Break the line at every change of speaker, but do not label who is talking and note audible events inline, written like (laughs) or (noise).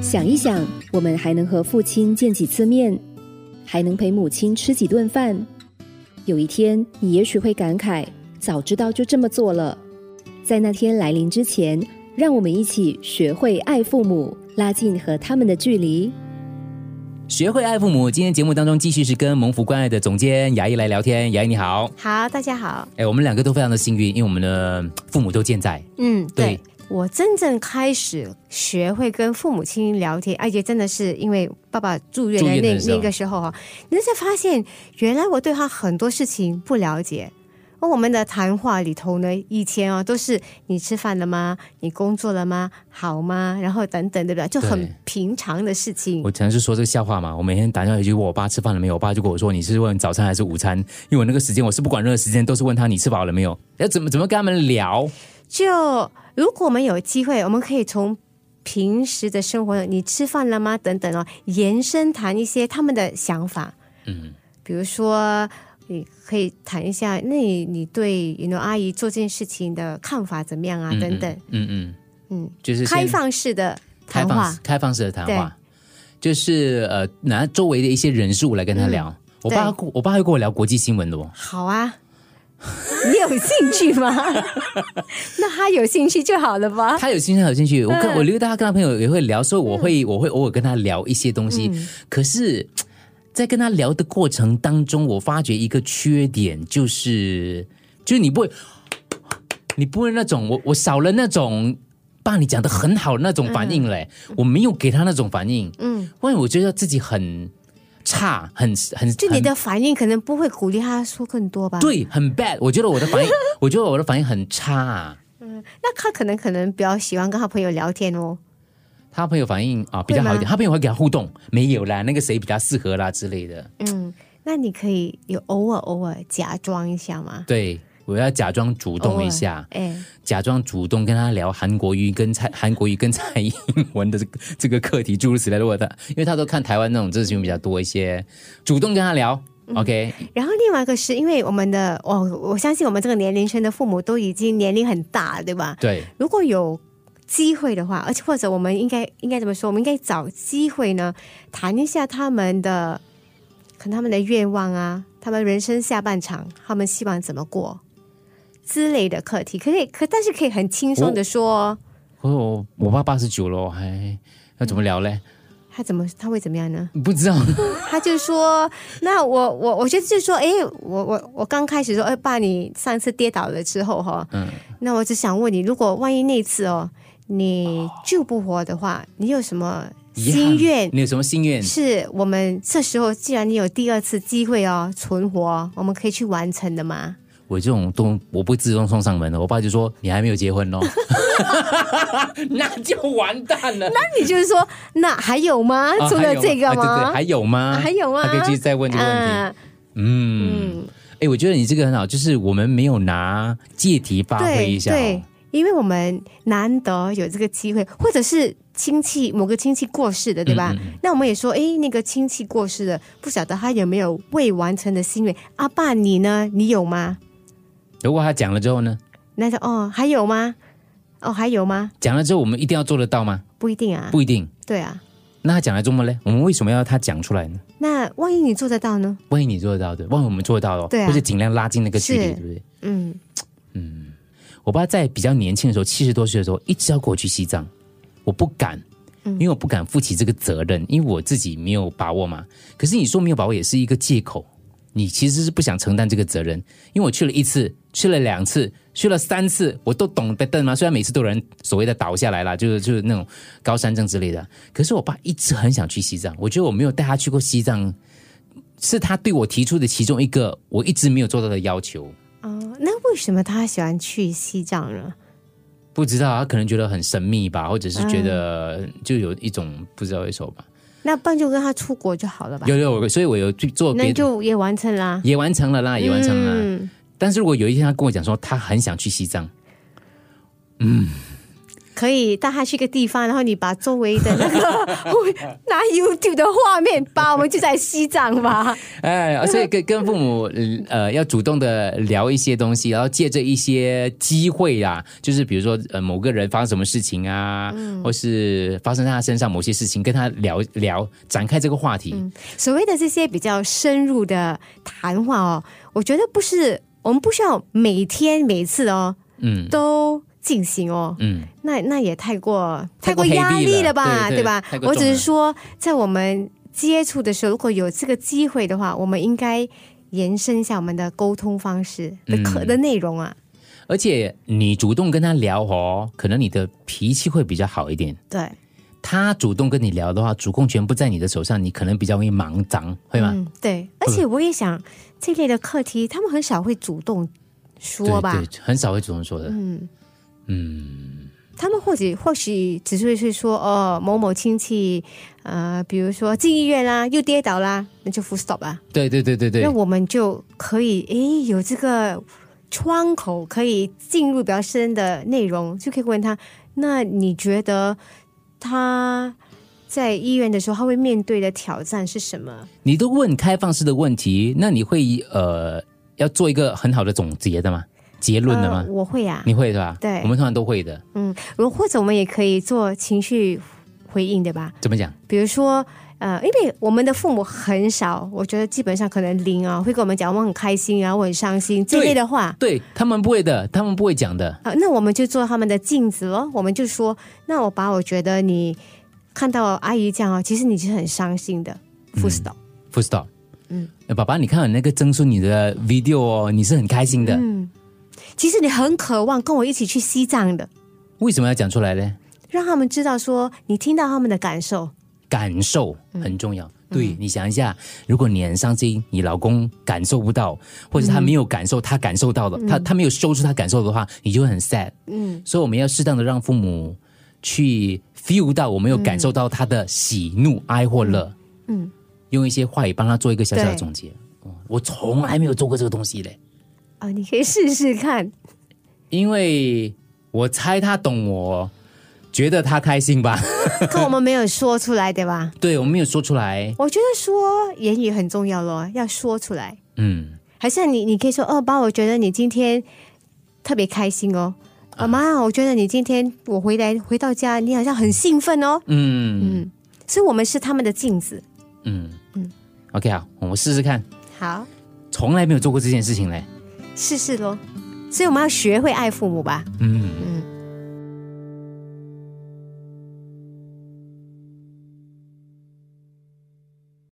想一想，我们还能和父亲见几次面，还能陪母亲吃几顿饭。有一天，你也许会感慨，早知道就这么做了。在那天来临之前，让我们一起学会爱父母，拉近和他们的距离。
学会爱父母。今天节目当中继续是跟蒙福关爱的总监牙医来聊天。牙医你好，
好，大家好。
哎，我们两个都非常的幸运，因为我们的嗯父母都健在。
嗯，对。
对
我真正开始学会跟父母亲聊天，而且真的是因为爸爸住院
住
的
院
那
的时候
那个时候哈，你才发现原来我对他很多事情不了解。而我们的谈话里头呢，以前哦都是你吃饭了吗？你工作了吗？好吗？然后等等，对不对？就
对
很平常的事情
我。常是说这个笑话嘛，我每天打电话回去问我爸吃饭了没有，我爸就跟我说你是问早餐还是午餐，因为我那个时间我是不管任何时间都是问他你吃饱了没有，要哎怎么怎么跟他们聊。
就如果我们有机会，我们可以从平时的生活，你吃饭了吗？等等哦，延伸谈一些他们的想法。
嗯，
比如说，你可以谈一下，那你你对云诺阿姨做这件事情的看法怎么样啊？
嗯
等等，，
嗯嗯，
嗯，
就是先
开放式的
开
谈
放
话
式，开放式的谈话，就是呃拿周围的一些人数来跟他聊。我爸我爸会跟我聊国际新闻的哦，
好啊。你有兴趣
(laughs)
吗？那他有兴趣就好了吧。
他有兴趣，他有兴趣。我跟我留意到他跟他朋友也会聊，所以我会、我会偶尔跟他聊一些东西。可是，在跟他聊的过程当中，我发觉一个缺点，就是就是你不会，你不会那种我我少了那种。爸，你讲的很好的那种反应嘞，我没有给他那种反应，嗯，因为我觉得自己很差，很很
就你
很
的反应可能不会鼓励他说更多吧？，
对，很 bad，我觉得我的反应，我觉得我的反应很差、啊
那他可能可能比较喜欢跟他朋友聊天哦。
他朋友反应啊比较好一点，他朋友会给他互动，没有啦，那个谁比较适合啦之类的。
嗯，那你可以有偶尔偶尔假装一下嘛，
对，我要假装主动一
偶
下
尔，哎，
假装主动跟他聊韩国语跟蔡韩国语跟蔡英文的这个这个课题，诸如此类的。如果他因为他都看台湾那种这种比较多一些，主动跟他聊。OK，
嗯然后另外一个是因为我们的，我、我相信我们这个年龄层的父母都已经年龄很大，对吧？
对，
如果有机会的话，而且或者我们应该应该怎么说？我们应该找机会呢，谈一下他们的，可能他们的愿望啊，他们人生下半场，他们希望怎么过之类的课题，可以可但是可以很轻松的说哦、
我我我爸八十九了，还要怎么聊嘞？
他怎么他会怎么样呢？
不知道，
他就说：“那我我我觉得就是说，哎，我我我刚开始说，哎，爸，你上次跌倒了之后哈，
嗯
那我只想问你，如果万一那次哦你救不活的话，你有什么
遗憾
(laughs) 心愿？
你有什么心愿？
是我们这时候既然你有第二次机会哦，存活，我们可以去完成的吗？
我这种都我不自动送上门的，我爸就说你还没有结
(laughs)
婚哦， (laughs) 那就完蛋了。
那你就是说，那还有吗？
啊
除了这个
还有啊对对
吗？
还有吗？
还有吗
还可以继续再问这个问题。
啊
嗯，
嗯，
哎、我觉得你这个很好，就是我们没有拿借题发挥一下、
对
哦
对。因为我们难得有这个机会，或者是亲戚某个亲戚过世的，对吧？
嗯
那我们也说，哎，那个亲戚过世了，不晓得他有没有未完成的心愿？阿爸，你呢？你有吗？
如果他讲了之后呢？
那就哦，还有吗？哦，还有吗？
讲了之后我们一定要做得到吗？
不一定啊，
不一定。
对啊。
那他讲了之后呢？我们为什么要他讲出来呢？
那万一你做得到呢？
万一你做得到的，万一我们做得到了，哦
对啊
或者尽量拉近那个距离，
是
对不对？
嗯，
我爸在比较年轻的时候，七十多岁的时候，一直要跟我去西藏，我不敢，因为我不敢负起这个责任，因为我自己没有把握嘛。可是你说没有把握也是一个借口，你其实是不想承担这个责任。因为我去了一次，去了两次，去了三次，我都懂得瞪嘛。虽然每次都有人所谓的倒下来啦，就是就是那种高山症之类的，可是我爸一直很想去西藏，我觉得我没有带他去过西藏。是他对我提出的其中一个我一直没有做到的要求，
哦，那为什么他喜欢去西藏呢？
不知道，他可能觉得很神秘吧，或者是觉得
嗯
就有一种不知道为什么吧。
那不然就跟他出国就好了吧？
有有，所以我有去做别
那
的，
就也完成啦，
也完成了啦，也完成了。
嗯，
但是如果有一天他跟我讲说他很想去西藏，
可以带他去一个地方，然后你把周围的那个 (laughs) 拿 YouTube 的画面吧，我们就在西藏吧。
哎，
嗯
所以跟跟父母呃要主动的聊一些东西，然后借着一些机会啊，就是比如说呃某个人发生什么事情啊，
嗯
或是发生在他身上某些事情，跟他聊聊，展开这个话题。
(laughs) 所谓的这些比较深入的谈话哦，我觉得不是我们不需要每天每次哦
嗯
都进行哦，
嗯，
那那也太过
太过
过压力
heavy 了
吧，
对对
吧
太？过重
我
了
只是说，在我们接触的时候，如果有这个机会的话，我们应该延伸一下我们的沟通方式的可、的内容啊，
而且你主动跟他聊哦，可能你的脾气会比较好一点。
对，
他主动跟你聊的话，主控权不在你的手上，你可能比较容易忙张，会吗？
嗯，对。而且我也想，这类的课题，他们很少会主动说吧，
对对，很少会主动说的。
嗯。
嗯，
他们或许或许只是会说哦，某某亲戚，呃，比如说进医院啦，又跌倒啦，那就 full stop 啦。
对对对对对
那。我们就可以诶有这个窗口，可以进入比较深的内容，就可以问他：那你觉得他在医院的时候，他会面对的挑战是什么？
你都问开放式的问题，那你会呃要做一个很好的总结的吗？结论的吗？
呃我会啊，
你会是吧？
对
我们通常都会的。
嗯，我或者我们也可以做情绪回应，对吧？
怎么讲？
比如说，呃，因为我们的父母很少，我觉得基本上可能零啊，会跟我们讲我很开心啊，我很伤心这类的话。
对他们不会的，他们不会讲的。
啊，那我们就做他们的镜子咯，我们就说，那我把我觉得你看到阿姨这样哦，其实你是很伤心的。full stop，
Full stop。
嗯
呃，爸爸，你看我那个曾孙女的 video 哦，你是很开心的，
嗯，其实你很渴望跟我一起去西藏的，
为什么要讲出来呢？
让他们知道说你听到他们的感受。
感受很
嗯
重要。对你想一下，如果你很伤心，你老公感受不到，或者他没有感受，他感受到的，他他没有说出他感受的话，你就会很 sad。
嗯，
所以我们要适当的让父母去 feel 到，我们有感受到他的喜怒哀或乐。
嗯嗯
用一些话语帮他做一个小小的
对
总结。哦我从来没有做过这个东西嘞，
哦，你可以试试看。
因为我猜他懂我，觉得他开心吧？ (laughs)
可我们没有说出来，对吧？
对我没有说出来，
我觉得说言语很重要咯，要说出来。
嗯。
还是你，你可以说哦，爸，我觉得你今天特别开心哦。啊妈，我觉得你今天我回来回到家，你好像很兴奋哦。
嗯
嗯，所以我们是他们的镜子。
嗯嗯
嗯
，OK 好，我试试看，
好，
从来没有做过这件事情嘞。
试试咯。所以我们要学会爱父母吧。
嗯，